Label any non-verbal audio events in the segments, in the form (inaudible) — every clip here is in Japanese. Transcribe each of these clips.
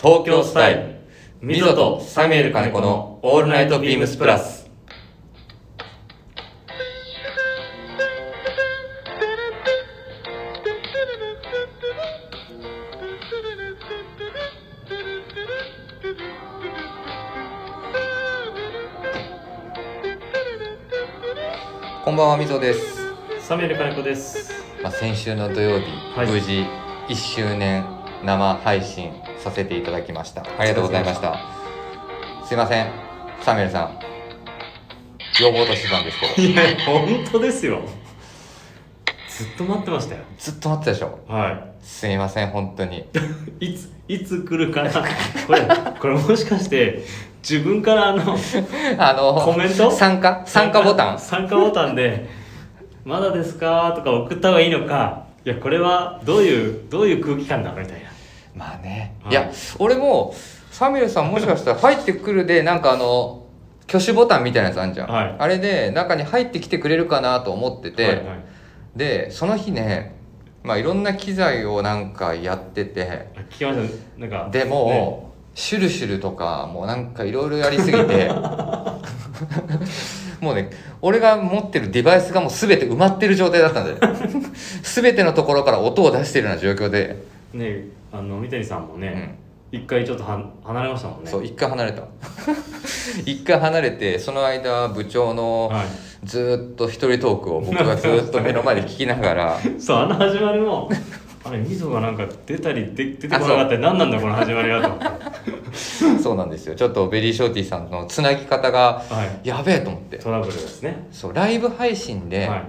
東京スタイルミゾとサミュエル金子のオールナイトビームスプラス Thank こんばんはみぞです、サミュエル金子です。まあ、先週の土曜日、はい無事1周年生配信させていただきましたありがとうございましたすいませんサミュエルさん呼ぼうとしてたんですけどいや、本当ですよ。ずっと待ってましたよ。ずっと待ってたでしょはすいません本当 (laughs) にい。いつ、いつ来るかな。これ、これもしかして、自分からあの、あのコメント参 (laughs) 加参加ボタン参加ボタンで、まだですかとか送った方がいいのか、いや、これはどういう、どういう空気感だみたいな。まあね、、はいいや俺もサミュエルさんもしかしたら入ってくるでなんかあの挙手ボタンみたいなやつあるじゃん、はいあれで中に入ってきてくれるかなと思ってて、はいはいでその日ねまあいろんな機材をなんかやっててあ聞きました。なんか、でも、ねシュルシュルとかもうなんかいろいろやりすぎ (laughs) てもうね俺が持ってるデバイスがもう全て埋まってる状態だったんで (laughs) 全てのところから音を出してるような状況で、ね、あの、三谷さんもうねん、一、回ちょっとは離れましたもんね。そう一回離れた (laughs) 一回離れてその間部長のはい。ずーっと一人トークを僕がずーっと目の前で聞きなが (laughs) らそうあの始ま (laughs) りもあれ溝がなんか出たりで出てこなかったり何なんだこの始まり (laughs) はと思ってそうなんですよちょっとベリーショーティーさんのつなぎ方がはいやべえと思ってトラブルですね、そうライブ配信で、は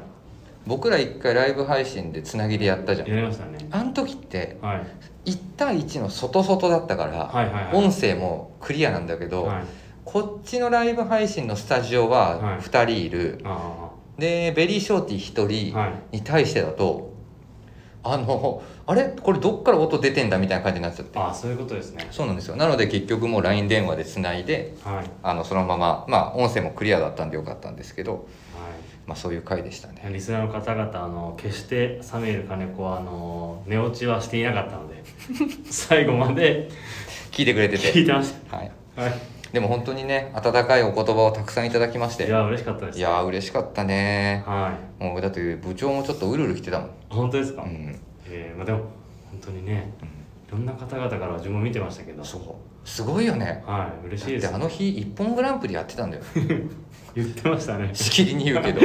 僕ら一回ライブ配信でつなぎでやったじゃいやんりましたね、あの時ってはい、 1対1の外外だったから、はいはいはい音声もクリアなんだけど、はいこっちのライブ配信のスタジオははい2人いる、あでベリーショーティー1人、あはいに対してだとあのあれこれどっから音出てんだみたいな感じになっちゃってああそういうことですねそうなんですよなので結局もう LINE 電話でつないではいはいあのそのまままあ音声もクリアだったんでよかったんですけど、まあ、そういう回でしたねリスナーの方々あの決してサミュエル金子はあの寝落ちはしていなかった (laughs) ので最後まで聞いてくれて聞て、いてましはい、たはいでも本当にね温かいお言葉をたくさんいただきましていや嬉しかったですいやー嬉しかったねはいもうだって部長もちょっとうるうる来てたもん、本当ですか、うんえーまあでも本当にねうんいろんな方々から自分も見てましたけどそうすごいよねはい嬉しだいっでてすあの日「一本グランプリ」やってたんだよ言ってましたねしきりに言うけ (laughs) ど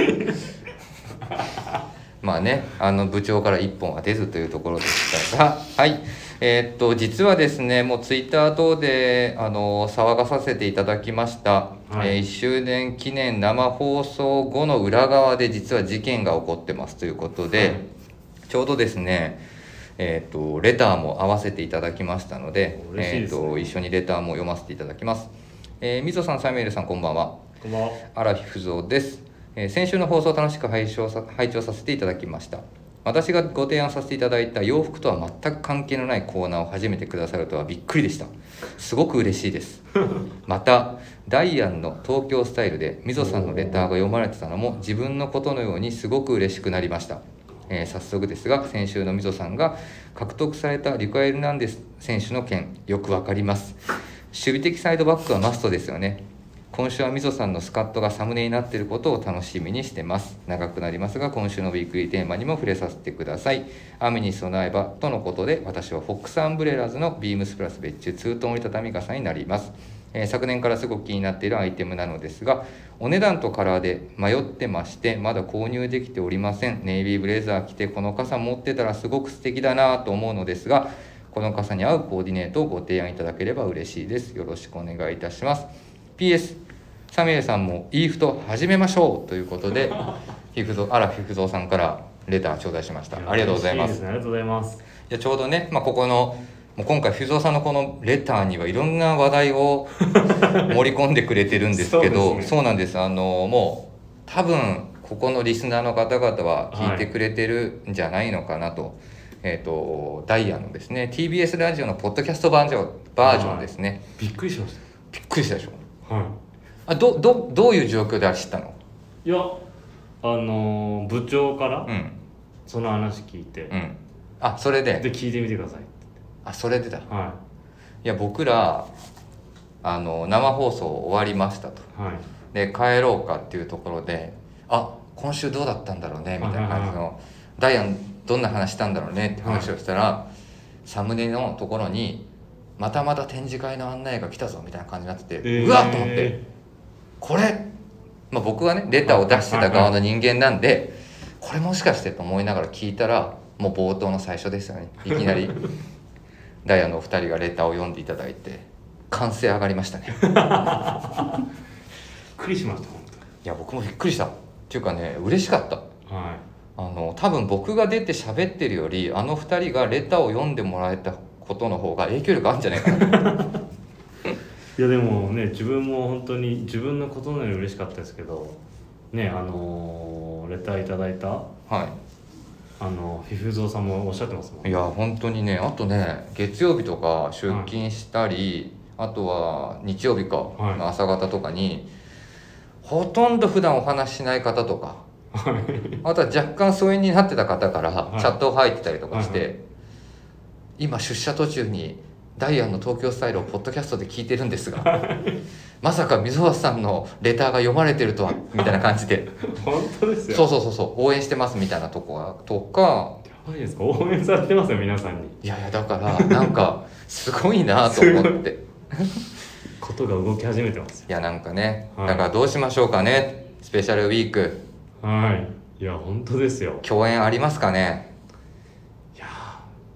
まあねあの部長から一本は出ずというところでしたがはいえーっと実はですねもうツイッター等であの騒がさせていただきました、はいえ1周年記念生放送後の裏側で実は事件が起こってますということで、はいちょうどですねえーっとレターも合わせていただきましたので嬉しいですねえーっと一緒にレターも読ませていただきます、えー、みぞさんサミュエルさんこんばんはこんばんは。荒木不蔵です、えー先週の放送を楽しく拝聴さ拝聴させていただきました私がご提案させていただいた洋服とは全く関係のないコーナーを始めてくださるとはびっくりでしたすごく嬉しいですまたダイアンの東京スタイルでみぞさんのレターが読まれてたのも自分のことのようにすごく嬉しくなりましたえー早速ですが先週のみぞさんが獲得されたリュカエルナンデス選手の件よくわかります守備的サイドバックはマストですよね今週はみぞさんのスカットがサムネになっていることを楽しみにしてます長くなりますが今週のウィークリーテーマにも触れさせてください雨に備えばとのことで私はフォックスアンブレラーズのビームスプラス別注ツートン折りたたみ傘になりますえー昨年からすごく気になっているアイテムなのですがお値段とカラーで迷ってましてまだ購入できておりませんネイビーブレザー着てこの傘持ってたらすごく素敵だなと思うのですがこの傘に合うコーディネートをご提案いただければ嬉しいですよろしくお願いいたします PS サミュエルさんもイーフト始めましょうということでひふぞあらひふぞさんからレター頂戴しましたありがとうございま嬉しすでねありがとうございます。いやちょうどね、まあ、ここのもう今回不蔵さんのこのレターにはいろんな話題 (laughs) を盛り込んでくれてるんですけどそうですねなんですあのもう多分ここのリスナーの方々は聞いてくれてるんじゃないのかなと,、えっ、とダイヤのですね TBS ラジオのポッドキャストバージョンバージョンですね、びっくりしましびっくりしたでしょた。はあどどどういう状況であれ知ったのい。いや、あのー部長からうんその話聞いて、うんあそれでで聞いてみてください。あそれでだはいや僕らあの生放送終わりましたとはいで帰ろうかっていうところであ今週どうだったんだろうねみたいな感じはいのダイアンどんな話したんだろうねって話をしたら、サムネのところにまたまた展示会の案内が来たぞみたいな感じになってて、うわっと思ってえこれ、まあ、僕はねレターを出してた側の人間なんでこれもしかしてと思いながら聞いたらもう冒頭の最初ですよねいきな (laughs) りダイヤのお二人がレターを読んでいただいて歓声上がりましたねーびっくりしました本いや僕もびっくりしたっていうかね嬉しかった当にはいあの多分僕が出て喋ってるよりあの二人がレターを読んでもらえたことの方が影響力あるんじゃない (laughs) かないやでもね自分も本当に自分のことのより嬉しかったですけどねあのーレターいただいたはあのひふぞうさんもおっしゃってますもんいいや本当にねあとね月曜日とか出勤したり、あとは日曜日かはいの朝方とかに、ほとんど普段お話ししない方とかあとは若干疎遠になってた方からはいチャットを入ってたりとかして、はいは今出社途中にダイアンの東京スタイルをポッドキャストで聞いてるんですがまさか溝端さんのレターが読まれてるとはみたいな感じで (laughs) 本当ですよそうそうそうそう応援してますみたいなとこはとかやばいですか応援されてますよ皆さんにいやいやだからなん (laughs) かすごいなと思ってことが動き始めてますよいやなんかね、はいだからどうしましょうかねスペシャルウィークはいいや本当ですよ共演ありますかねいや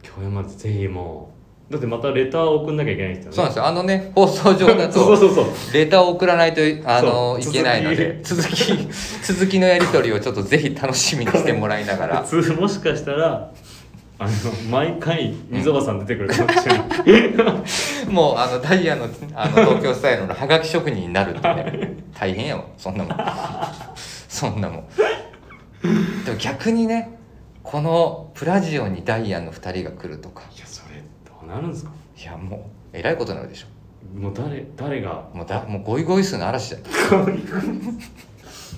ー共演までぜひもうだってまたレターを送んなきゃいけないですよねそうなんですよあのね放送上だそうとそうそうレターを送らないとあのいそうけないので続き続きのやり取りをちょっとぜひ楽しみにしてもらいながら普通もしかしたらあの毎回溝端さん出てくるかもしれな (laughs) いもうあのダイヤのあの東京スタイルのハガキ職人になるってね大変やわそんなも (laughs) んそんなもんでも逆にねこのプラジオにダイヤの2人が来るとかいやそれどうなるんですかいやもうえらいことになるでしょもう誰誰がもうだもうゴイゴイ数の嵐だよ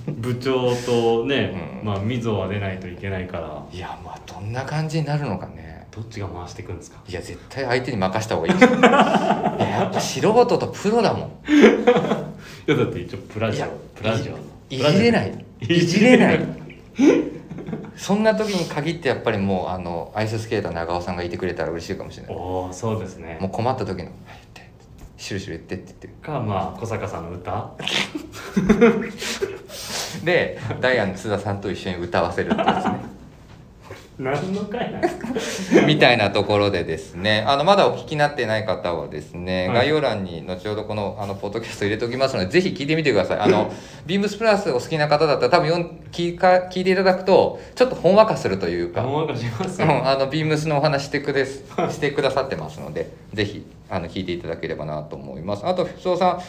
部長とね、うんまあ溝は出ないといけないからいやまあどんな感じになるのかねどっちが回していくんですかいや絶対相手に任した方がいい (laughs) いややっぱ素人とプロだもんいやだって一応プラいジやオプラジオいじれないいいじじれれなないいそんな時に限ってやっぱりもうあのアイススケーター長尾さんがいてくれたら嬉しいかもしれない (laughs) おおそうですねもう困った時の「はい」ってシュルシュル言ってって言っかまあ小坂さんの歌てでダイアンの津田さんと一緒に歌わせるってやつ (laughs) ね何の回なんですかみたいなところでですね、あの、まだお聞きになってない方はですね、はい概要欄に後ほどこの、あの、ポッドキャスト入れておきますので、ぜひ聞いてみてください。あ (laughs) の、ビームスプラスお好きな方だったら、多分読ん聞か、聞いていただくと、ちょっとほんわかするというか、頑張かしますうよんあの、ビームスのお話してくです、してくださってますので、ぜひ、あの、聞いていただければなと思います。あと、ふつおさん、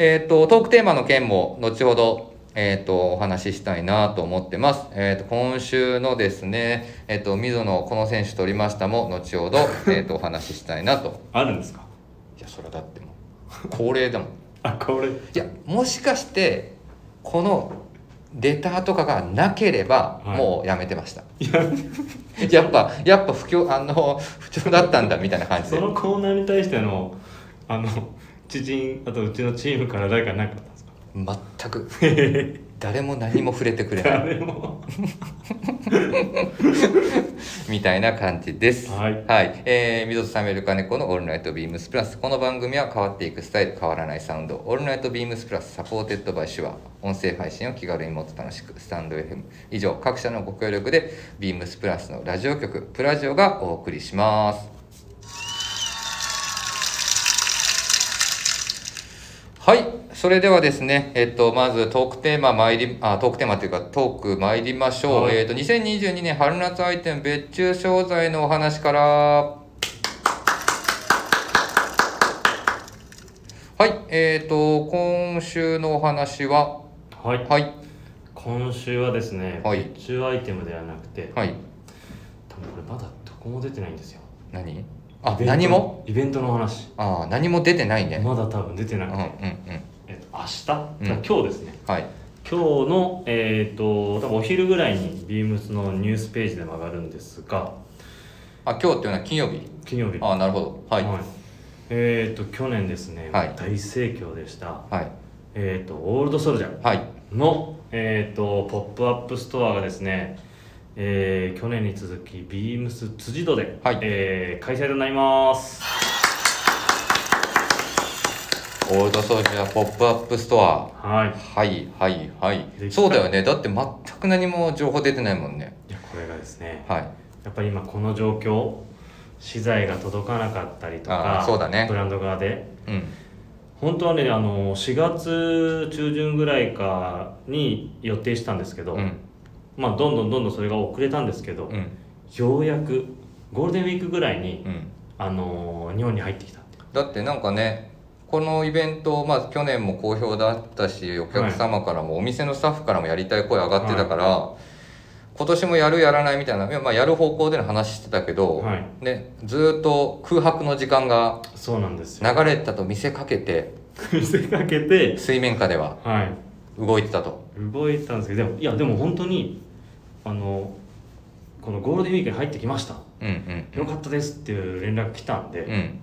えっ、と、トークテーマの件も、後ほど、えっ、と、お話ししたいなと思ってます。えっ、と、今週のですね、えっ、と、水野のこの選手取りましたも、後ほど、えっ、と、お話ししたいなと。あるんですかいや、それはだってもう、恒例だもん。あこれいや、もしかして、この、レターとかがなければ、はいもうやめてました。いや (laughs) やっぱやっぱ不況あの不調だったんだみたいな感じそでのコーナーに対してのあの知人あとうちのチームから誰か何かあったんですか全く (laughs) 誰も何も触れてくれない誰もみたいな感じですはいえー、水戸サメルカネコの「オールナイトビームスプラス」この番組は変わっていくスタイル変わらないサウンド「オールナイトビームスプラス」サポーテッドバイシュア音声配信を気軽にもっと楽しくスタンド FM 以上各社のご協力でビームスプラスのラジオ局プラジオがお送りしますはい、それではですね、えっと、まずトークテーマ参り、あ、トークテーマというか、トーク参りましょう。はいえっと、2022年春夏アイテム別注商材のお話から。はい、えっ、と、今週のお話は、はいはい、今週はですねはい別注アイテムではなくてはい、多分これまだどこも出てないんですよ何あイ、ベント何もイベントの話あー何も出てないね。まだ多分出てなうん、くうん、うて、ん。えっと、明日、だからうん今日ですねはい、今日のえっ、と多分お昼ぐらいにビームスのニュースページでも上がるんですがあ、今日っていうのは金曜日。金曜日あー、なるほど。はい、はいえっ、と去年ですね、はい大盛況でしたはいえっ、とオールドソルジャーはいの、えー、とポップアップストアがですね、えー去年に続きビームス辻堂で、はいえー開催となりますオールドソルジャーポップアップストアはいはいはいはいでそうだよねだって全く何も情報出てないもんねいやこれがですねはいやっぱり今この状況資材が届かなかったりとあかーそうだねブランド側でうん本当はねあの4月中旬ぐらいかに予定したんですけど、うんまあどんどんどんどんそれが遅れたんですけど、うんようやくゴールデンウィークぐらいに、うんあのー日本に入ってきたってだってなんかねこのイベント、まあ、去年も好評だったしお客様からも、お店のスタッフからもやりたい声上がってたから、今年もやるやらないみたいないやまあ、やる方向での話してたけど、はいね、ずーっと空白の時間がそうなんですよ流れたと見せかけて見せかけて水面下でははい動いてたと動いたんですけどでもいやでも本当にあのこのゴールデンウィークに入ってきましたうんうんよかったですっていう連絡来たんで、うん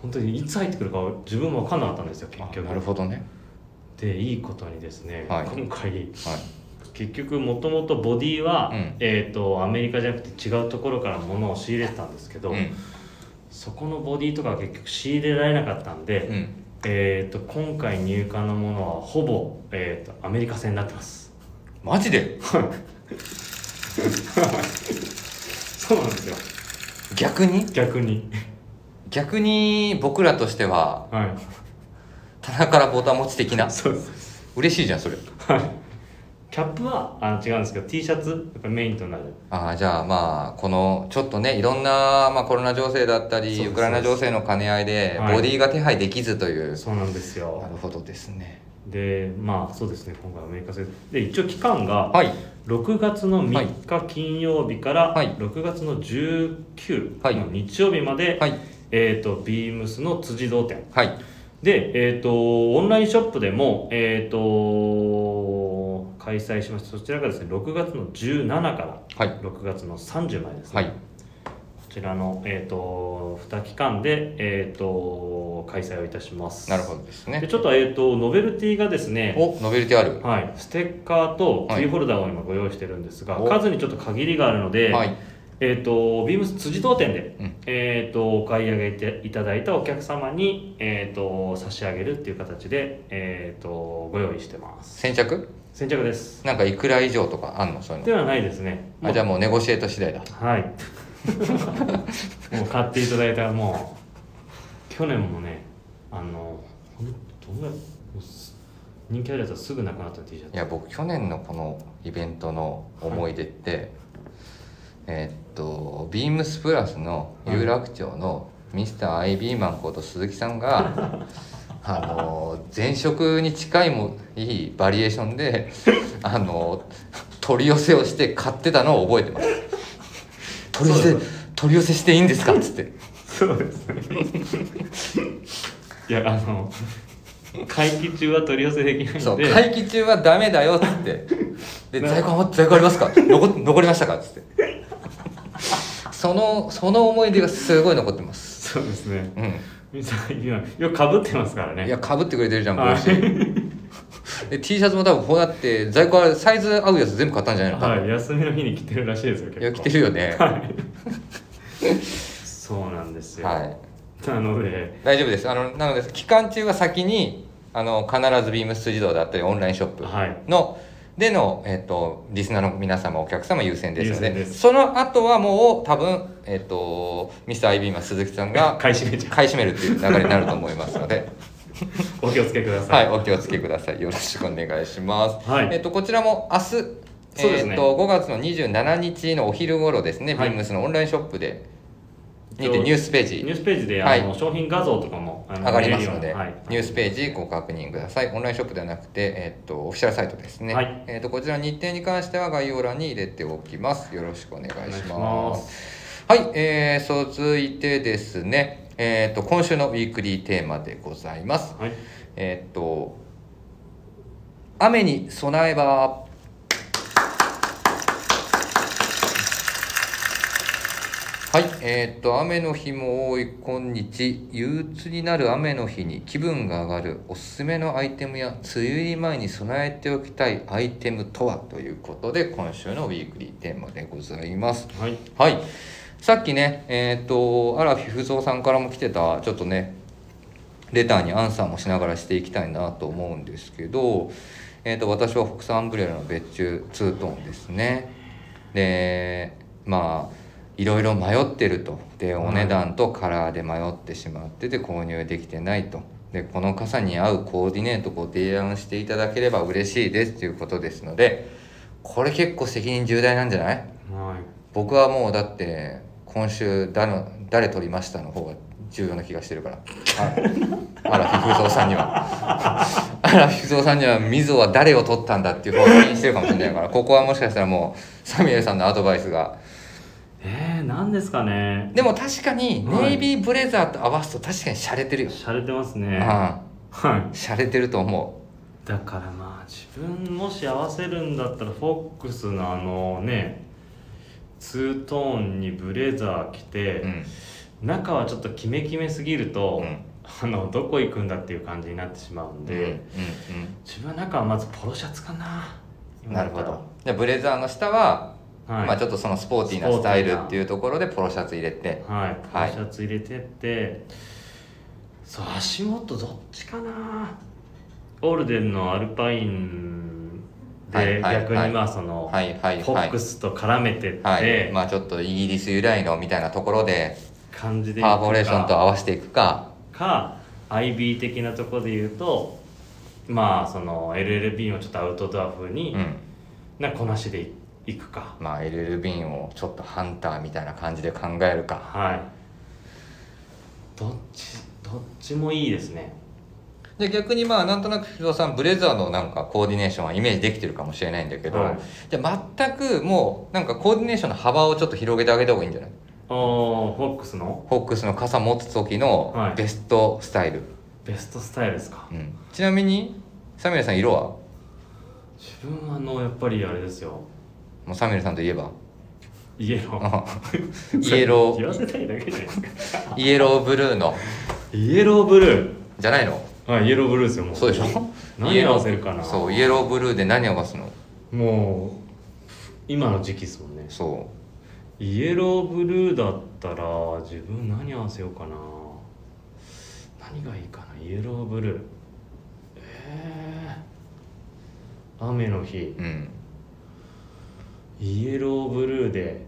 本当にいつ入ってくるか自分も分かんなかったんですよ結あ局なるほどねでいいことにですね、はい今回はい結局もともとボディは、うんえっ、とアメリカじゃなくて違うところから物を仕入れてたんですけど、うんそこのボディとかは結局仕入れられなかったんで、うんえっ、と今回入荷のものはほぼ、えー、とアメリカ製になってますマジでそうなんですよ逆に逆 (laughs) に逆に僕らとしてははい棚からボタン持ち的なそうです嬉しいじゃんそれキャップはあ違うんですけど T シャツやっぱメインとなるあーじゃあまあこのちょっとねいろんな、まあ、コロナ情勢だったそうりですウクライナ情勢の兼ね合いではいボディが手配できずという、そうなんですよなるほどですねでまあそうですね今回アメリカ製で一応期間がはい6月の3日金曜日からはい6月の19はいの日曜日まで、はいえっ、とビームスの辻堂店はいでえっ、とオンラインショップでもえっ、と開催しましたそちらがですね6月の17からはい6月の30までですはね、いこちらのえっ、と2期間でえっ、と開催をいたしますなるほどですでねちょっとえっ、とノベルティがですねおノベルティあるはい、ステッカーとキーホルダーを今ご用意してるんですが、はい数にちょっと限りがあるので、はいえー、とビームス辻堂店で、うんえー、とお買い上げていただいたお客様に、えー、と差し上げるっていう形で、えー、とご用意してます先着先着ですなんかいくら以上とかあんのそういうのではないですねもあうじゃあもうネゴシエート次第だはい (laughs) もう買っていただいたらもう去年もねあのほんどんぐらいもうす人気あるやつはすぐなくなった T シャいツや僕去年のこのイベントの思い出って、えーっとビームスプラスの有楽町のミスターアイビーマンこと鈴木さん (laughs) があの前職に近いもいいバリエーション (laughs) であの取り寄せをして買ってたのを覚えて (laughs) ます取り寄せそうで取り寄せしていいんですかっつってそうですね。 (laughs) いや、あの、 (laughs) 会期中は取り寄せできないそんうで、会期中はダメだよっつ (laughs) ってでな在庫は在庫ありますか残残りましたかっつってそのその思い出がすごい残ってますそうですね。うんみさん、今、よくかぶってますからね。いやかぶってくれてるじゃんはい帽子で T シャツも多分こうやって在庫あるサイズ合うやつ全部買ったんじゃないのか、はい、休みの日に着てるらしいですよ、結い構。や着てるよねそうなんですよ。はいなので、大丈夫ですあのなので期間中は先にあの必ずビームス自動だったりオンラインショップはい。のでの、えっとリスナーの皆様お客様優先ですので優先ですその後はもう多分、えっとミスター IB マン鈴木さんが買い占めちゃう。買い占めるっていう流れになると思いますの (laughs) で、お気をつけくださ。はいい、お気をつけくださいよろしくお願いします、はいえっとこちらも明日そうですねえっと5月の27日のお昼頃ですね、はいビームスのオンラインショップでに一て応ニュースページニュースページで、あはいの、商品画像とかも、あの上がりますので、見れるようなニュースページご確認ください。オンラインショップではなくて、えっとオフィシャルサイトですね。はいえっとこちら日程に関しては概要欄に入れておきます。よろしくお願いします。お願いしまはい、えー、続いてですね、えっと今週のウィークリーテーマでございます。はい。えっと雨に備えばはい、えーっと雨の日も多い今日憂鬱になる雨の日に気分が上がるおすすめのアイテムや梅雨入り前に備えておきたいアイテムとはということで今週のウィークリーテーマでございますはいはいさっきねえーっと荒木不蔵さんからも来てたちょっとねレターにアンサーもしながらしていきたいなと思うんですけど、えー、と私は国産アンブレラの別注ツートーンですねでまあいろいろ迷ってるとでお値段とカラーで迷ってしまってて購入できてないとでこの傘に合うコーディネートご提案していただければ嬉しいですということですのでこれ結構責任重大なんじゃないはい僕はもうだって今週誰の誰取りましたの方が重要な気がしてるからあ荒木不蔵さんには荒木不蔵さんには溝は誰を取ったんだっていう方が気にしてるかもしれないからここはもしかしたらもうサミュエルさんのアドバイスがえー、何ですかねでも確かにはいネイビーブレザーと合わすと確かに洒落てるよ、洒落てますねうはん洒落てると思いだからまあ自分もし合わせるんだったらフォックスのあのねツートーンにブレザー着て、ううん中はちょっとキメキメすぎると、うんあのどこ行くんだっていう感じになってしまうんで、うんうん自分は中はまずポロシャツかなうんなるほどじゃあブレザーの下は、はい、まあちょっとそのスポーティーなスタイルっていうところでポロシャツ入れてはい、ポロはいシャツ入れてって、そう足元どっちかなオールデンのアルパインはいではい逆はいにまあその、はいはいフォはッいクスと絡めてって、はい、まあちょっとイギリス由来のみたいなところで感じでいくパーフォレーションと合かわせていくかか IB 的なところで言うとまあその LLB をちょっとアウトドア風うに、んなこなしでいくかまあ LL ビンをちょっとハンターみたいな感じで考えるかはいどっちどっちもいいですねで逆にまあなんとなく不動さんブレザーのなんかコーディネーションはイメージできてるかもしれないんだけど、はいじゃあ全くもうなんかコーディネーションの幅をちょっと広げてあげた方がいいんじゃないおーフォックスのフォックスの傘持つ時はのいベストスタイル、ベストスタイルですかうん、ちなみにサミュエルさん色は自分はあのやっぱりあれですよもうサミュエルさんといえ (laughs) ばイエローイエロ言わーせたいだけじゃないですかイエローブルーのイエローブルじゃないのーはいイエローブルーですよもうそうでしょ何合わせるかなそうイエローブルーで何合わすのもう今の時期ですもんねそイエローブルーだったら自分何合わせようかな何がいいかなイエローブルーえー、雨の日ううんイエローブルーで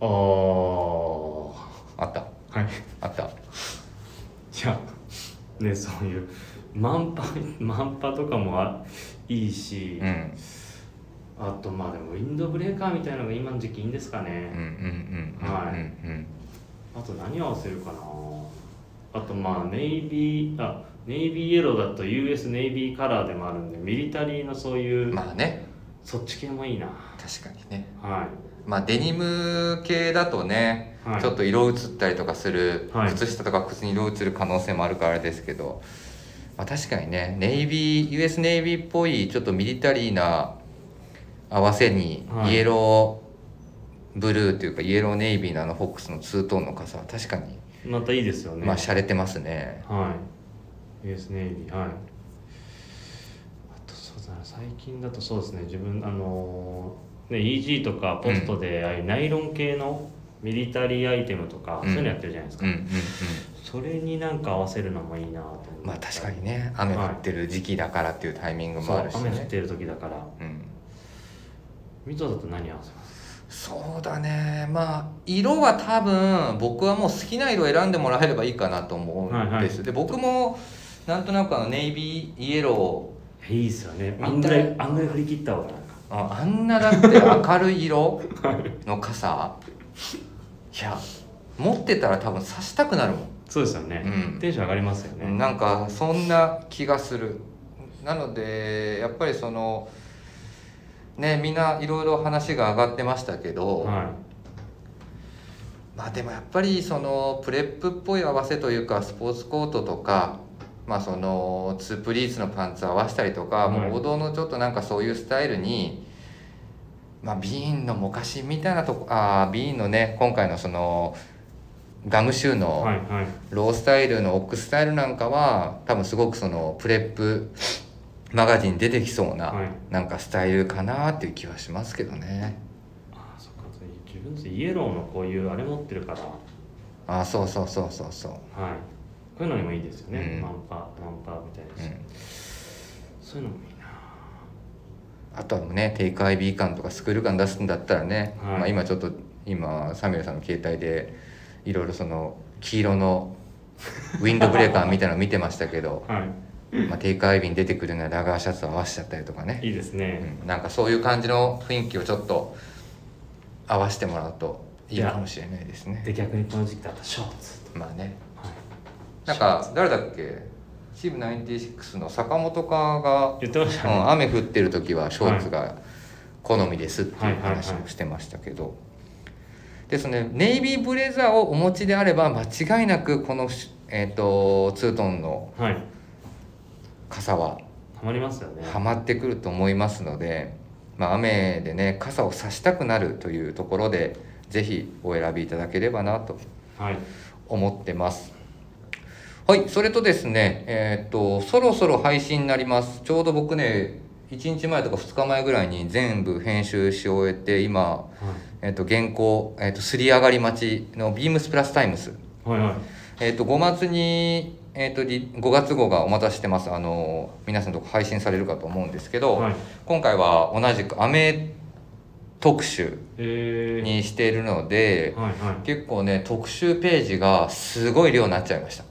ああはあったい (laughs) あったいやねそういうマンパマンパとかもあいいし、うんうんあとまあでもウィンドブレーカーみたいなのが今の時期いいんですかうねんう、んうんはいうんあと何合わせるかなあとまあネイビーあネイビーイエローだと US ネイビーカラーでもあるんでミリタリーのそういうう、んまあねそっち系もいいな確かにねはまあデニム系だとね、い、はい、ちょっと色移ったりとかする、はい靴下とか靴に色移る可能性もあるからあれですけど、まあ、確かにねネイビー US ネイビーっぽいちょっとミリタリーな合わせに、はいイエローブルーというかイエローネイビーのあのフォックスのツートーンの傘は確かにまたいいですよねまあ洒落てますねはい。イエスネイビー、はい。あとそうだな、最近だとそうですね、自分、あのー、ね、EG とかポストで、ああいうナイロン系のミリタリーアイテムとか、うんそういうのやってるじゃないですうか。んうんうんそれになんか合わせるのもいいなと思って。まあ確かにね雨降ってる時期だからっていうタイミングそもあうるし雨降っねてる時だから。うんミトだと何合わせますそうだねまあ色は多分僕はもう好きな色選んでもらえればいいかなと思うんです、はいはいで僕もなんとなくあのネイビーイエローいやいいっすよね。あん見ぐたらいい、あんぐらい振り切った方がなんか。ああんなだって明るい (laughs) 色の傘いや持ってたら多分差したくなるもんそうですよね。うんテンション上がりますようんね。なんかそんな気がするなのでやっぱりそのねみんないろいろ話が上がってましたけど、はまあでもやっぱりそのプレップっぽい合わせというかスポーツコートとかまあそのツープリーツのパンツ合わせたりとか、はいもう王道のちょっとなんかそういうスタイルにまあビーンの昔みたいなとこあービーンのね今回のそのガムシューのはいはいロースタイルのオックスタイルなんかは多分すごくそのプレップマガジンに出てきそうな、はいなんかスタイルかなっていう気はしますけどねあそっか自分たちイエローのこういうあれ持ってるからあそうそうそうそうそうはいこういうのにもいいですよね、うんマンパマンパみたいな、うんそういうのもいいなあとはねテイクアイビー感とかスクール感出すんだったらね、はい、まあ、今ちょっと今サミュエルさんの携帯でいろいろその黄色のウィンドブレーカーみたいなの見てましたけどはまあ、テイクアイビーに出てくるようなラガーシャツを合わせちゃったりとかねいいいですね、うんなんかそういう感じの雰囲気をちょっと合わせてもらうといいかもしれないですねで逆にこの時期だったらショーツとまあねはいなんか誰だっけチーム96の坂本かが、言ってましたうね、ん、雨降ってる時はショーツが好みですっていう話はいはいはをいしてましたけどでそのねネイビーブレザーをお持ちであれば間違いなくこの、えー、とツートンのはい傘ははまりますよねはまってくると思いますので、まあ、雨でね傘を差したくなるというところでぜひお選びいただければなとはい思ってます。はい、それとですね、えーっと、そろそろ配信になります。ちょうど僕ね、1日前とか2日前ぐらいに全部編集し終えて、今、えーっと、原稿、えーっと、すり上がり待ちのビームスプラスタイムス。はいはいはいえーっと、5月に、えーっと、り5月号がお待たせしてます。あの、皆さんのとこ配信されるかと思うんですけど、はい今回は同じく雨特集えーにしているので、はいはい結構ね、特集ページがすごい量になっちゃいました。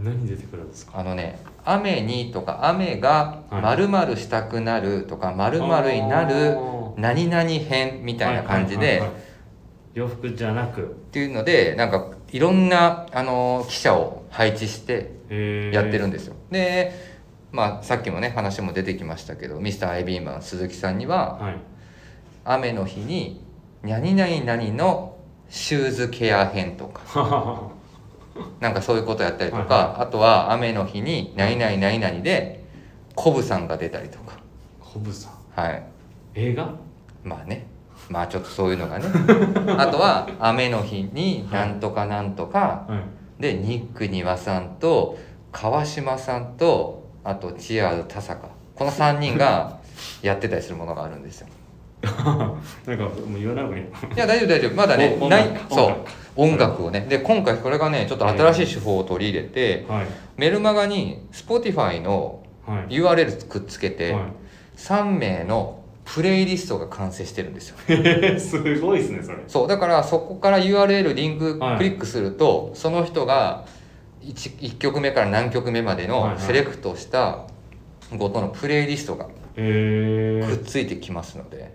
何出てくるんですかあのね「雨に」とか「雨がはい〇〇したくなる」とか「〇〇になる何々編」みみたいな感じで洋服じゃなくっていうのでなんかいろんなあの記者を配置してやってるんでですよ。でまあさっきもね話も出てきましたけどミスターアイビーマン鈴木さんにははい雨の日に「何々何のシューズケア編」とかなんかそういうことやったりとか、はあとは雨の日に「何々何々」でコブさんが出たりとか。 (laughs) コブさんはい映画まあねまあちょっとそういうのがねあとは雨の日になんとかなんとか、はいでニック庭さんと川島さんとあとチアーズ田坂この3人がやってたりするものがあるんですよなんかもう言わない方がいいのいや大丈夫大丈夫まだね音楽ないかそ音う楽か音楽をねで今回これがねちょっと新しい手法を取り入れて、はいメルマガに Spotify のはい URL くっつけて、は3名のプレイリストが完成してるんですよいへえ (laughs) すごいですねそれそうだからそこから URL リンクはいクリックすると、その人が 1, 曲目から何曲目まではいはのいセレクトしたごとのプレイリストがへくっえついてきますので、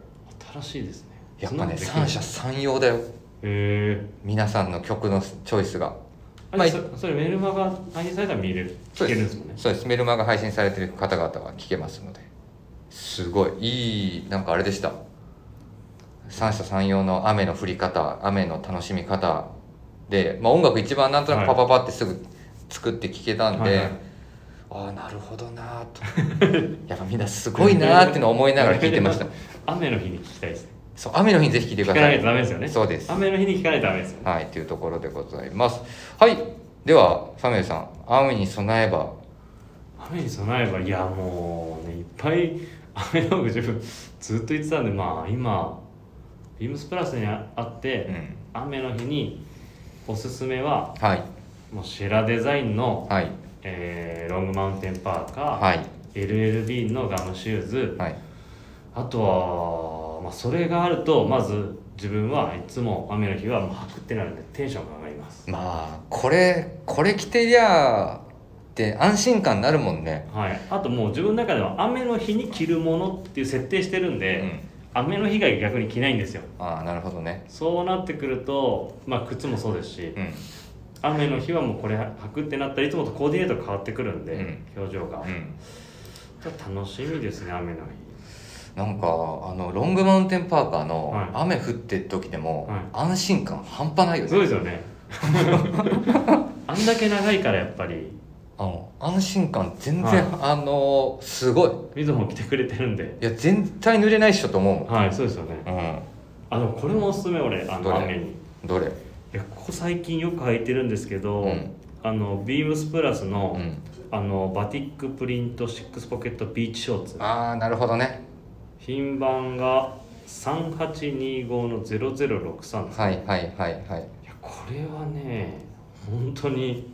新しいですねやっぱねそんな三の者三できる様だよへ皆さんの曲のチョイスがえまああれそそれメルマガ配信されたら見れるそ聞うけでるすんですもんねそうですメルマが配信されてる方々は聞けますのですごいいいなんかあれでした三者三様の雨の降り方雨の楽しみ方で、まあ、音楽一番なんとなくパパパってすぐ作って聴けたんで、はいはいああなるほどな (laughs) ーとやっぱみんなすごいなーっていうのを思いながら聞いてました雨の日に聞きたいですねそう雨の日にぜひ聴いてく聞かださないいとダメですよねそうです雨の日に聞かないとダメですよねはいというところでございますはいではサミュエルさん雨に備えば雨に備えばいやもうねいっぱい雨の自分ずっと言ってたんでまあ今ビームスプラスにああって、うん雨の日におすすめははいもうシェラデザインの、はいえーロングマウンテンパーカー、はい LLB のガムシューズはいあとは、まあ、それがあるとまず自分はいつも雨の日はもう履くってなるんでテンションが上がりますまあこれこれ着てりゃって安心感になるもんね、はい、あともう自分の中では雨の日に着るものっていう設定してるんうで、ん、雨の日が逆に着ないんですよああなるほどねそうなってくると、まあ、靴もそうですしうん雨の日はもうこれ履くってなったらいつもとコーディネートが変わってくるんで、うん表情うが、ん楽しみですね雨の日なんかあのロングマウンテンパーカーのはい雨降ってる時でも、はい安心感半端ないよそうね、ですよねあんだけ長いからやっぱりあの安心感全然、はいあのすごい水も来てくれてるんでいや全体濡れないっしょと思はいそうですよねうもん、あでもこれもおすすめ俺あどのれ雨にうん、どれいやここ最近よく履いてるんですけど、うんあのビームスプラスの,、うんあのバティックプリントシックスポケットビーチショーツああなるほどね品番が3825の0063です、はいはいはいはいいやこれはね本当に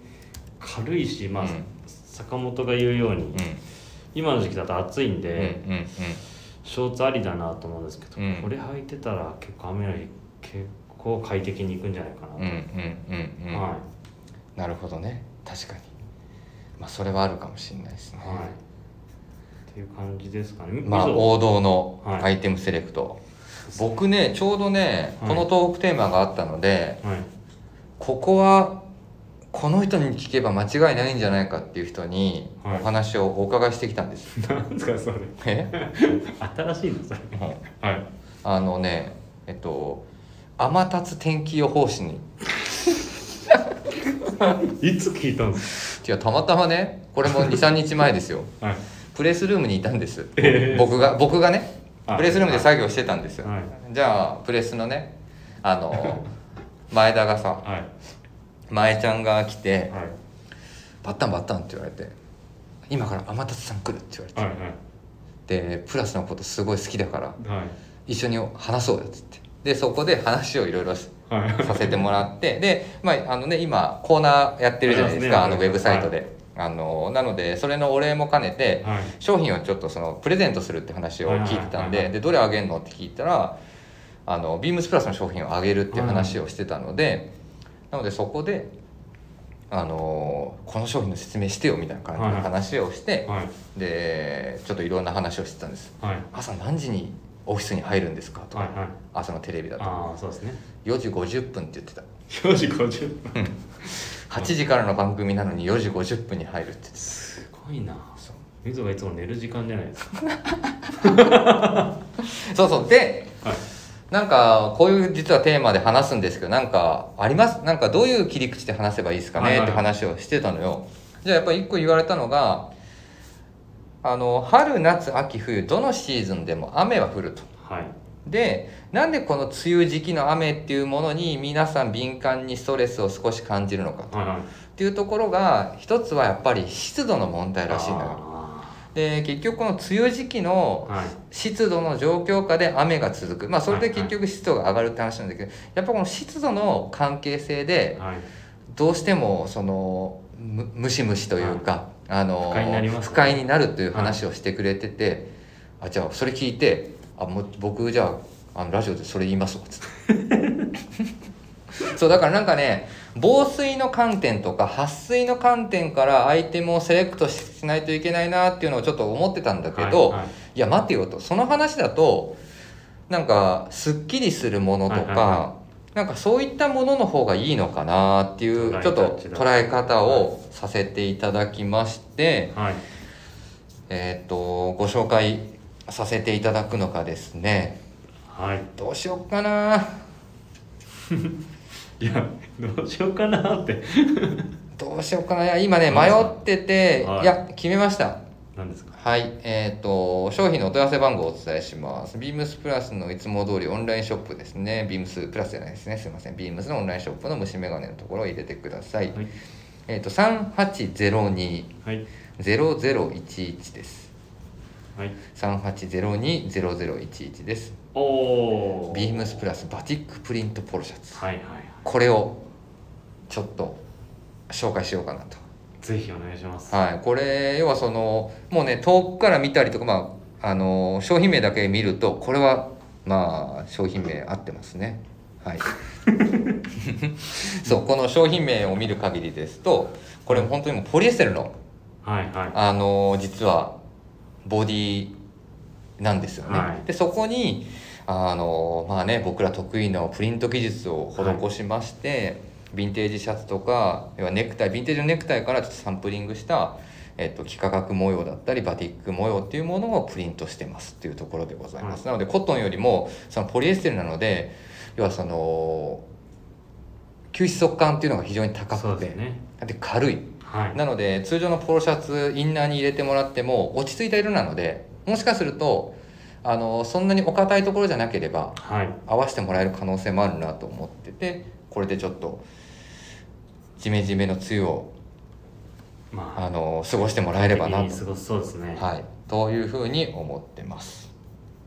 軽いし、まあうん坂本が言うように、う今の時期だと暑いんん、で、うんうんうんショーツありだなと思うんですけど、うんこれ履いてたら結構雨の日結構快適に行くんじゃないかなと、うんうんうんうん、はなるほどね確かにまあそれはあるかもしれないですいね、はいっていう感じですかねまあみぞ王道のはいアイテムセレクト、僕ねちょうどねはいこのトークテーマがあったので、はいここはこの人に聞けば間違いないんじゃないかっていう人にはいお話をお伺いしてきたん (laughs) です、なんですかそれえ新しいのそれはいはいあのねえっと天達天気予報士にいつ聞いたんです違うたまたまねこれも23日前ですよかはいプレスルームにいたんです、 (laughs) ええ僕が僕がねあプレスルームで作業してたんですよ、はいじゃあプレスのねあ (laughs) の前田がさはい前ちゃんが来てはい「バッタンバッタン」って言われて「今から天達さん来る」って言われて、はいでプラスのことすごい好きだからはいはい一緒に話そうよっつってでそこで話をいろいろ (laughs) しはいさせてもらってで、まああのね、今コーナーやってるじゃないですかあありのウますねェブサイトで、あのなのでそれのお礼も兼ねて、はい商品をちょっとそのプレゼントするって話を聞いてたんはいはいはいはでいでどれあげるのって聞いたらあのビームスプラスの商品をあげるっていう話をしてたのでなのでそこであのこの商品の説明してよみたいな感じの話をしてはいでちょっといろんな話をしてたんですはい朝何時にオフィスに入るんですかとはいかはい朝のテレビだとああそうですね4時50分って言ってた4時50分8時からの番組なのに4時50分に入るって言ってすごいなたそうみぞがいつも寝る時間じゃないですかそうそうではいなんかこういう実はテーマで話すんですけどなんかありますなんかどういう切り口で話せばいいですかはいねはっいて話をしてたのよじゃあやっぱり一個言われたのがあの春夏秋冬どのシーズンでも雨は降るとはいでなんでこの梅雨時期の雨っていうものに皆さん敏感にストレスを少し感じるのかはいはいっていうところが一つはやっぱり湿度の問題らしいのよあで結局この梅雨時期のーはい湿度の状況下で雨が続く、まあ、それで結局湿度が上がるって話なんだけど、やっぱこの湿度の関係性ではいどうしてもそのむムシムシというか、あの不快になりますね不快になるという話をしてくれてて、あじゃあそれ聞いてあもう僕じゃああのラジオでそれ言いますわ (laughs) つってそうだからなんかね防水の観点とか撥水の観点からアイテムをセレクトしないといけないなっていうのをちょっと思ってたんだけど、はいはいいや待てよとその話だとなんかすっきりするものとか、はいはいはなんかそういったものの方がいいのかなっていう捉えちょっと方違う捉え方をさせていただきまして、はいえっ、とご紹介させていただくのがですねはいどうしよっかないやどうしようかなってどうしよっかないや今ね迷ってて、はいい、や決めましたなんですかはい、えー、と商品のお問い合わせ番号をお伝えします。ビームスプラスのいつも通りオンラインショップですね。ビームスプラスじゃないですね。すいません。ビームスのオンラインショップの虫眼鏡のところを入れてください。はいえっ、と3802-0011はいです。はい3802-0011です。おおビームスプラスバティックプリントポロシャツ。はいはいはいこれをちょっと紹介しようかなと。ぜひお願いしますはい、これ要はそのもうね遠くから見たりとか、まあ、あの商品名だけ見るとこれはまあ商品名合ってますね。はい (laughs) そうこの商品名を見る限りですとこれ本当にもうポリエステルのはいはいあの実はボディなんですよね。はいでそこにあのまあね僕ら得意のプリント技術を施しまして、ヴィンテージシャツとか要はネクタイヴィンテージのネクタイからちょっとサンプリングした、えっと、幾何学模様だったりバティック模様っていうものをプリントしてますっていうところでございます。なのでコットンよりもそのポリエステルなので要はその吸湿速乾っていうのが非常に高そうくでて、すねで軽い。はいなので通常のポロシャツインナーに入れてもらっても落ち着いた色なのでもしかするとあのそんなにお堅いところじゃなければはい合わせてもらえる可能性もあるなと思っててこれでちょっとジメジメの梅雨をまああの過ごしてもらえればないいと,、過ごしそうですね、はい、というふうに思ってます。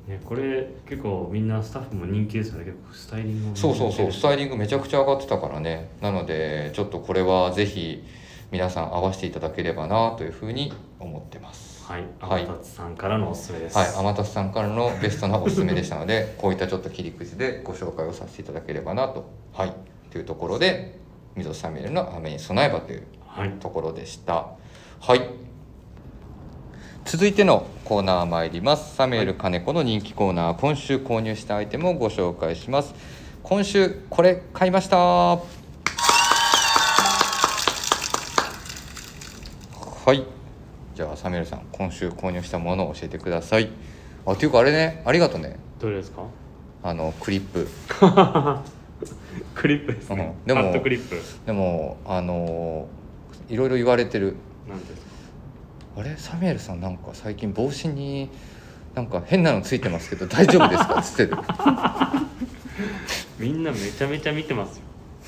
ねこれ結構みんなスタッフも人気ですよね結構スタイリングもそうそうそうス人気タイリングめちゃくちゃ上がってたからねなのでちょっとこれはぜひ皆さん合わせていただければなというふうに思ってますですはいはい天達さんからのおすすめですはい天達さんからのベストなおすすめでしたので (laughs) こういったちょっと切り口でご紹介をさせていただければなとはいというところで水戸サミュエルの雨に備えばというはいところでしたはい続いてのコーナー参りますサミュエル金子の人気コーナー今週購入したアイテムをご紹介します今週これ買いましたはいじゃあサミュエルさん今週購入したものを教えてくださいあっていうかあれねありがとうねどれですか (laughs) あのクリップクリップですね、うんでもハットクリップでもあのーいろいろ言われてるなんですかあれサミュエルさんなんか最近帽子になんか変なのついてますけど大丈夫です (laughs) か?」っつってるみんなめちゃめちゃ見てますよ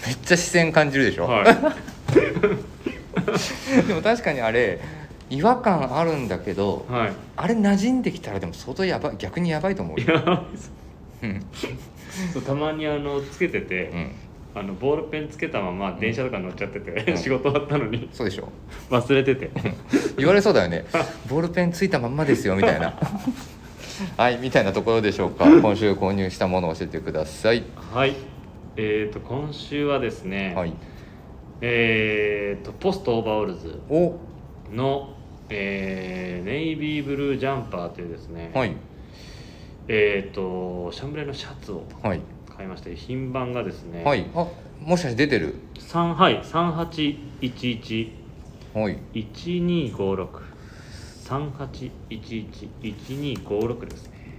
めっちゃ視線感じるでしょ、はでも確かにあれ違和感あるんだけどい (laughs) はいあれ馴染んできたらでも相当やばい逆にやばいと思うよ、うんそうたまにあのつけてて、うん、あのボールペンつけたまま電車とか乗っちゃってて、うん仕事終わったのにそうでしょ忘れてて言われそうだよねボールペンついたまんまですよみた (laughs) いなはいみたいなところでしょうか今週購入したものを教えてくださいはいえー、と今週はですね、はいえー、とポストオーバーオールズおの、えーネイビーブルージャンパーというですね、はいえー、とシャンブレーのシャツをはい買いまして品番がですね、はいあもしかして出てる3はい3811はい1256 38111256ですね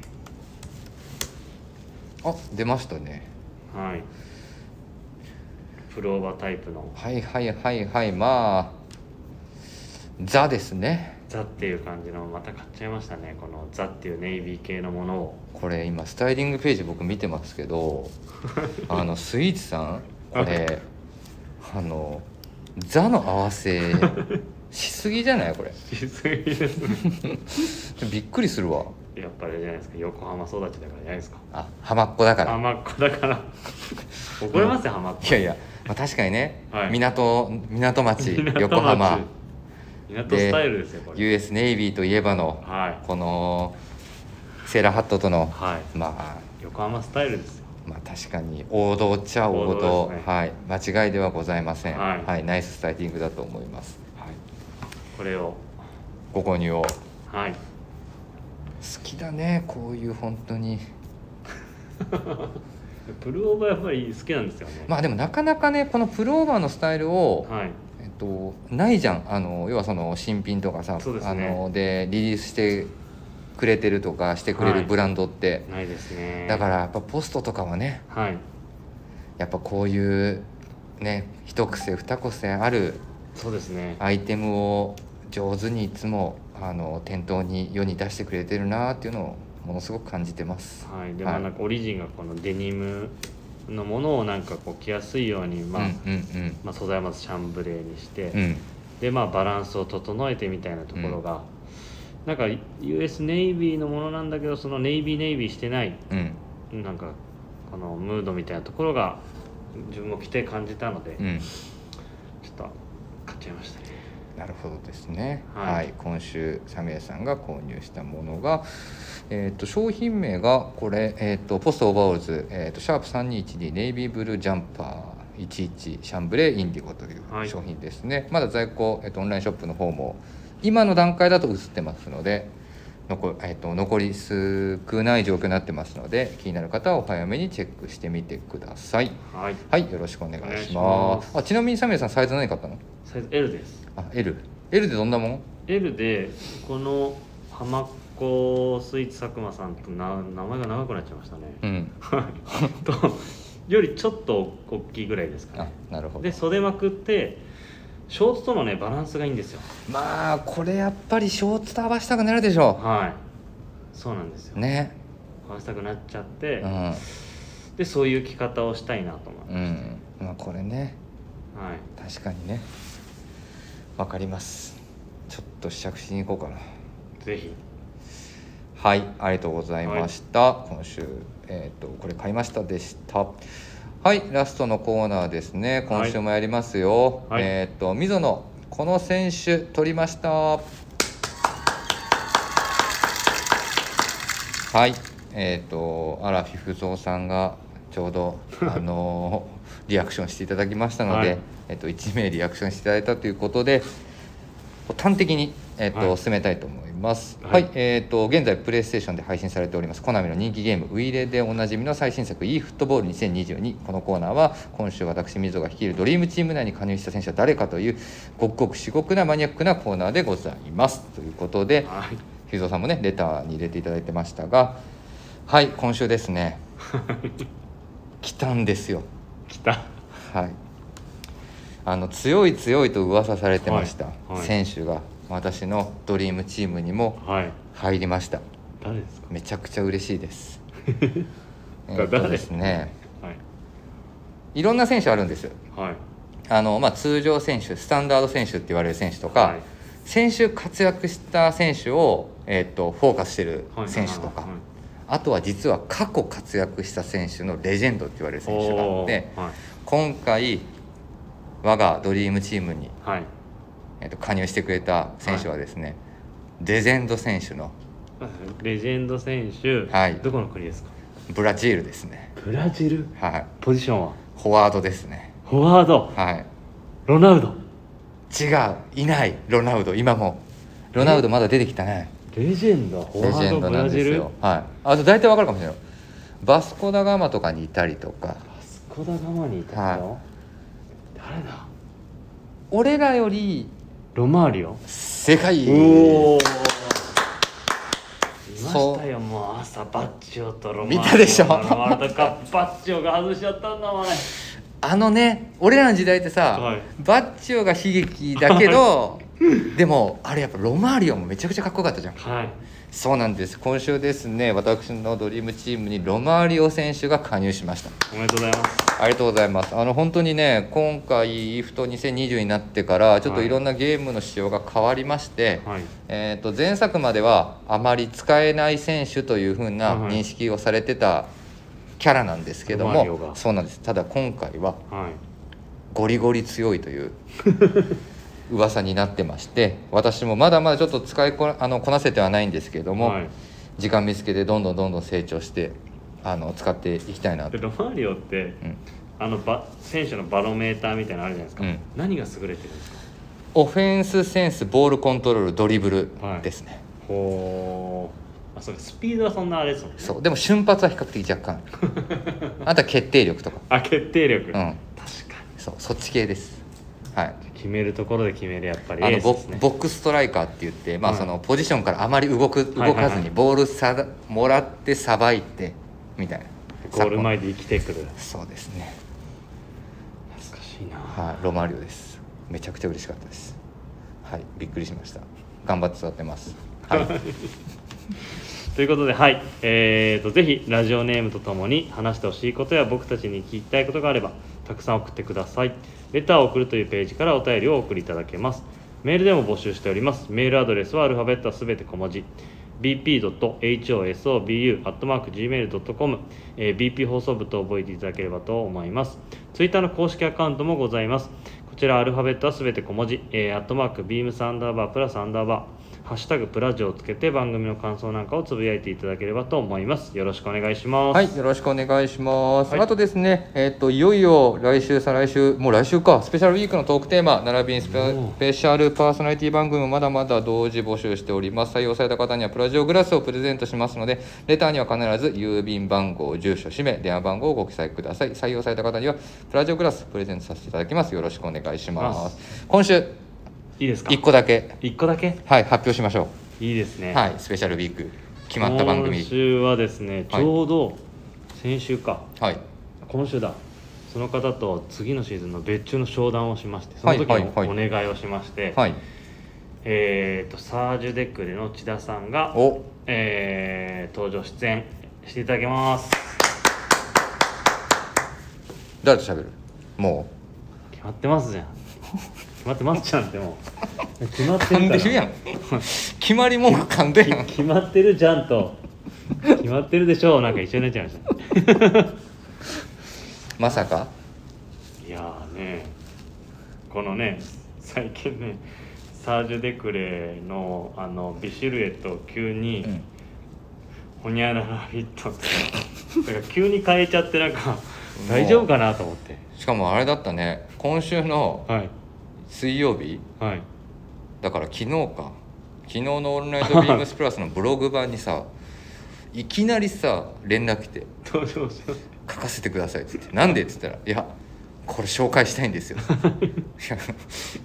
あ出ましたねはいプローバータイプのはいはいはいはいまあザですねザっていう感じのまた買っちゃいましたねこのザっていうネイビー系のも (laughs) のをこれ今スタイリングページ僕見てますけ (laughs) どあのスイーツさんこれあのザの合わせしすぎじゃないこれ実際ですねびっくりするわやっぱりあれじゃないですか横浜育ちだからじゃないですかあ浜っ子だから浜っ子だから怒りますよ浜っ子いやいや、まあ、確かにね、はい港港町 (laughs) 港町横浜港スタイルですよこれ US ネイビーといえばのはいこのセーラーハットとのはいまあ横浜スタイルですよまあ確かに王道っちゃ王道王道ですねはい、間違いではございません、はいナイススタイリングだと思います、はい、これをご購入を好はいきだねこういう本当にプルオーバーやっぱり好きなんですよねまあでもなかなかねこのプルオーバーのスタイルを、はいえっと、ないじゃんあの要はその新品とかさ、そうですあねのでリリースしてくれてるとかしてくれはるいブランドって、ないですねだかららやっぱポストとかはねはいやっぱこういうね一癖二癖あるそうですねアイテムを上手にいつもあの店頭に世に出してくれてるなっていうのをものすごく感じてます。はい、ではもいなんかオリジンがこのデニムのものをなんかこう着やすいように、まうあんうんまあ、素材はまずシャンブレーにして、うんうんでまあバランスを整えてみたいなところが、なんか US ネイビーのものなんだけどそのネイビーネイビーしてないうんなんかこのムードみたいなところが自分も着て感じたので、うんちょっと買っちゃいましたねなるほどですね。はい、はい今週サミエさんが購入したものが、えっ、と商品名がこれえっ、とポストオーバーオールズえっ、とシャープ三二一ネイビーブルージャンパー。11シャンブレーインディゴというはい商品ですね、まだ在庫、えっとオンラインショップの方も今の段階だと映ってますので残,、えっと残り少ない状況になってますので気になる方はお早めにチェックしてみてくださいはいはいよろしくお願いしますお願いしますあちなみにサミエさんサイズ何買ったのサイズ L ですあ L L でどんなもん L でこの浜っ子スイーツ佐久間さんとな名前が長くなっちゃいましたね、うんはい (laughs) とよりちょっと大きいぐらいですかあねなるほどで袖まくってショーツとのねバランスがいいんですよまあこれやっぱりショーツと合わせたくなるでしょはいそうなんですよ、うね合わせたくなっちゃって、うん、でそういう着方をしたいなと思ううん、まあこれねはい確かにねわかりますちょっと試着しに行こうかなぜひはいありがとうございました、今週えっ、とこれ買いましたでしたはいラストのコーナーですね今週もやりますよ、はいえっ、と溝野この選手取りましたはいえっ、とアラフィフゾウさんがちょう (laughs) どあのリアクションしていただきましたので、はいえっと1名リアクションしていただいたということで端的に、えっとはい進めたいと思います。は、はいいえっ、と現在プレイステーションで配信されておりますコナミの人気ゲームウイレでおなじみの最新作 e フットボール2022このコーナーは今週私水戸が率いるドリームチーム内に加入した選手は誰かというごくごく至極なマニアックなコーナーでございますということではいヒューゾーさんもねレターに入れていただいてましたがはい今週です (laughs) ね来たんですよ来たはいあの強い強いと噂されてました、はいはい選手が私のドリームチームにもはい入りました誰ですかめちゃくちゃ嬉しいですえ (laughs) だっと誰ですねはいいろんな選手あるんですはいあの、まあ、通常選手スタンダード選手って言われる選手とか、はい先週活躍した選手を、えっとフォーカスしてるはい選手とか、はいあとは実は過去活躍した選手のレジェンドって言われる選手があっおてーはい今回我がドリームチームに、はいえっと加入してくれた選手はですね、レジェンド選手のレジェンド選手、はいどこの国ですかブラジルですねブラジルはいポジションはフォワードですねフォワードはいロナウド違ういないロナウド今もロナウドまだ出てきたねレジェンドフォレジワーェドンドブなんラでジすルよはいあと大体わかるかもしれないバスコ・ダ・ガマとかにいたりとかバスコダガマにいた人、誰だ俺らよりロマーリオ世界おおいまそうしたよもう朝バッチョとロマーリオ見たでしょワールドカップバッチョが外しちゃったんだもんねあのね俺らの時代ってさ、はいバッチョが悲劇だけどでもあれやっぱロマーリオもめちゃくちゃかっこよかったじゃんはいそうなんです今週ですね私のドリームチームにロマーリオ選手が加入しましたおめでとうございますありがとうございますあの本当にね今回 e フト2020になってからちょっとはいいろんなゲームの仕様が変わりまして、はいえー、と前作まではあまり使えない選手というふうなはい認識をされてたキャラなんですけどロマリオもがそうなんですただ今回ははいゴリゴリ強いと (laughs) いう噂になってまして私もまだまだちょっと使いこなあのこなせてはないんですけれども、はい時間見つけてどんどんどんどん成長してあの使っていきたいなでと。ロマーリオってうんあのバ選手のバロメーターみたいなのあるじゃないですか、うん何が優れてるんですかオフェンスセンスボールコントロールドリブルですね、ほうあそうかスピードはそんなあれですもんねそうでも瞬発は比較的若 (laughs) 干あとは決定力とかあ決定力、ん確かにそうそっち系ですはい決めるところで決めるやっぱりあのエースボですねボックスストライカーって言って、まあ、はいそのポジションからあまり動くはい動はいかずにボールさだもらってさばいてみたいなゴール前で生きてくるそうですね懐かしいなはいロマリオですめちゃくちゃ嬉しかったですはいびっくりしました頑張って育てますはいということではいえー、とぜひラジオネームとともに話してほしいことや僕たちに聞きたいことがあればたくさん送ってくださいレターを送るというページからお便りをお送りいただけますメールでも募集しておりますメールアドレスはアルファベットはすべて小文字 bp.hosobu.gmail.com、えー bp 放送部と覚えていただければと思いますツイッターの公式アカウントもございますこちらアルファベットはすべて小文字、えー、アットマークビームサンダーバープラスアンダーバー、ハッシュタグプラジオをつけて番組の感想なんかをつぶやいていただければと思います。よろしくお願いします。はい、よろしくお願いします。はいあとですね、えっ、といよいよ来週再来週もう来週かスペシャルウィークのトークテーマ並びにスペおースペシャルパーソナリティ番組もまだまだ同時募集しております。採用された方にはプラジオグラスをプレゼントしますので、レターには必ず郵便番号、住所、氏名、電話番号をご記載ください。採用された方にはプラジオグラスプレゼントさせていただきます。よろしくお願いしま。ます今週いいですか一個だけ一個だけはい発表しましょいいですう。ね。はい、スペシャルウィーク決まった番組今。週はですね、ちはいょうど先週か、はい。今週だ。その方と次のシーズンの別注の商談をしまして、その時はいはいのおは願いをしまして、はい。えーと、サージュデックでの千田さんが、お、えー登場出演していただきます。誰と喋る？も決まってますじゃん決まってますじゃんっても (laughs) う決まっうて噛んるかでらるやん (laughs) 決まり文句噛んでるやんき (laughs) 決まってるじゃんと決まってるでしょうなんか一緒になっちゃいました (laughs) まさかいやーねこのね最近ねサージュ・デクレのあのビシルエットを急うにん「ほにゃららフィット」だから急に変えちゃってなんか大丈夫かなと思ってしかもあれだったね今週のはい水曜日はいだから昨日か昨日の「オールナイ (laughs) トビームスプラス」のブログ版にさいきなりさ連絡来てどうしようしよう「書かせてください」っつって「なんで?」っつったら「いやこれ紹介したいん (laughs) ですよ」いやい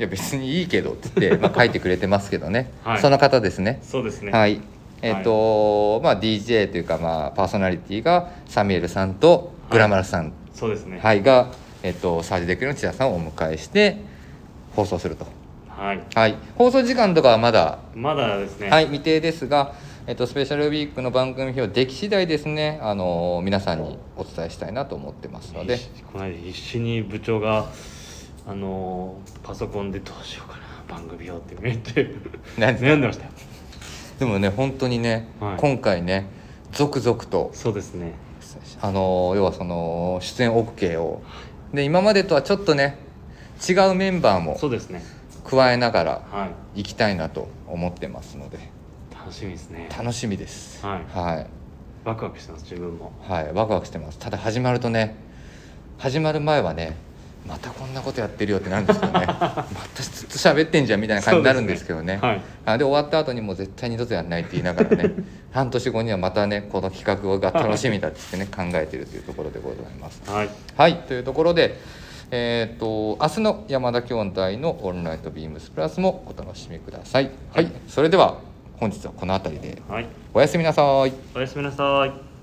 や別にいいけど」っつって、まあ、書いてくれてますけどね、はいその方ですねそうですねはいいえっ、と、まあ DJ というか、まあ、パーソナリティがサミュエルさんとグラマラさん、そうですねはいが、えっと、サージデクレの千田さんをお迎えして放送すると、はい、はい、放送時間とかはまだ、まだですねはいい、未定ですが、えっと、スペシャルウィークの番組表でき次第ですねあの皆さんにお伝えしたいなと思ってますので必死この間必死に部長があのーパソコンでどうしようかな番組をってめっちゃなん悩んでましたよでもね本当にね、はい今回ね続々とそうですねあの要はその出演 OK をで今までとはちょっとね違うメンバーもそうですね加えながらはい行きたいなと思ってますので楽しみですね楽しみですはいはい、ワクワクしてます自分もはい、ワクワクしてますただ始まるとね始まる前はねまたこんなことやってるよってなるんですけどね (laughs) またずっと喋ってんじゃんみたいな感じになるんですけどねはいあで終わった後にもう絶対二度とやんないって言いながら (laughs) ね半年後にはまたねこの企画が楽しみだって言ってね考えてるというところでございます。はいはいというところで、えー、と明日の山田兄弟の「オンライトビームスプラス」もお楽しみください。はい、それでは本日はこの辺りではいおやすみなさい。おやすみなさい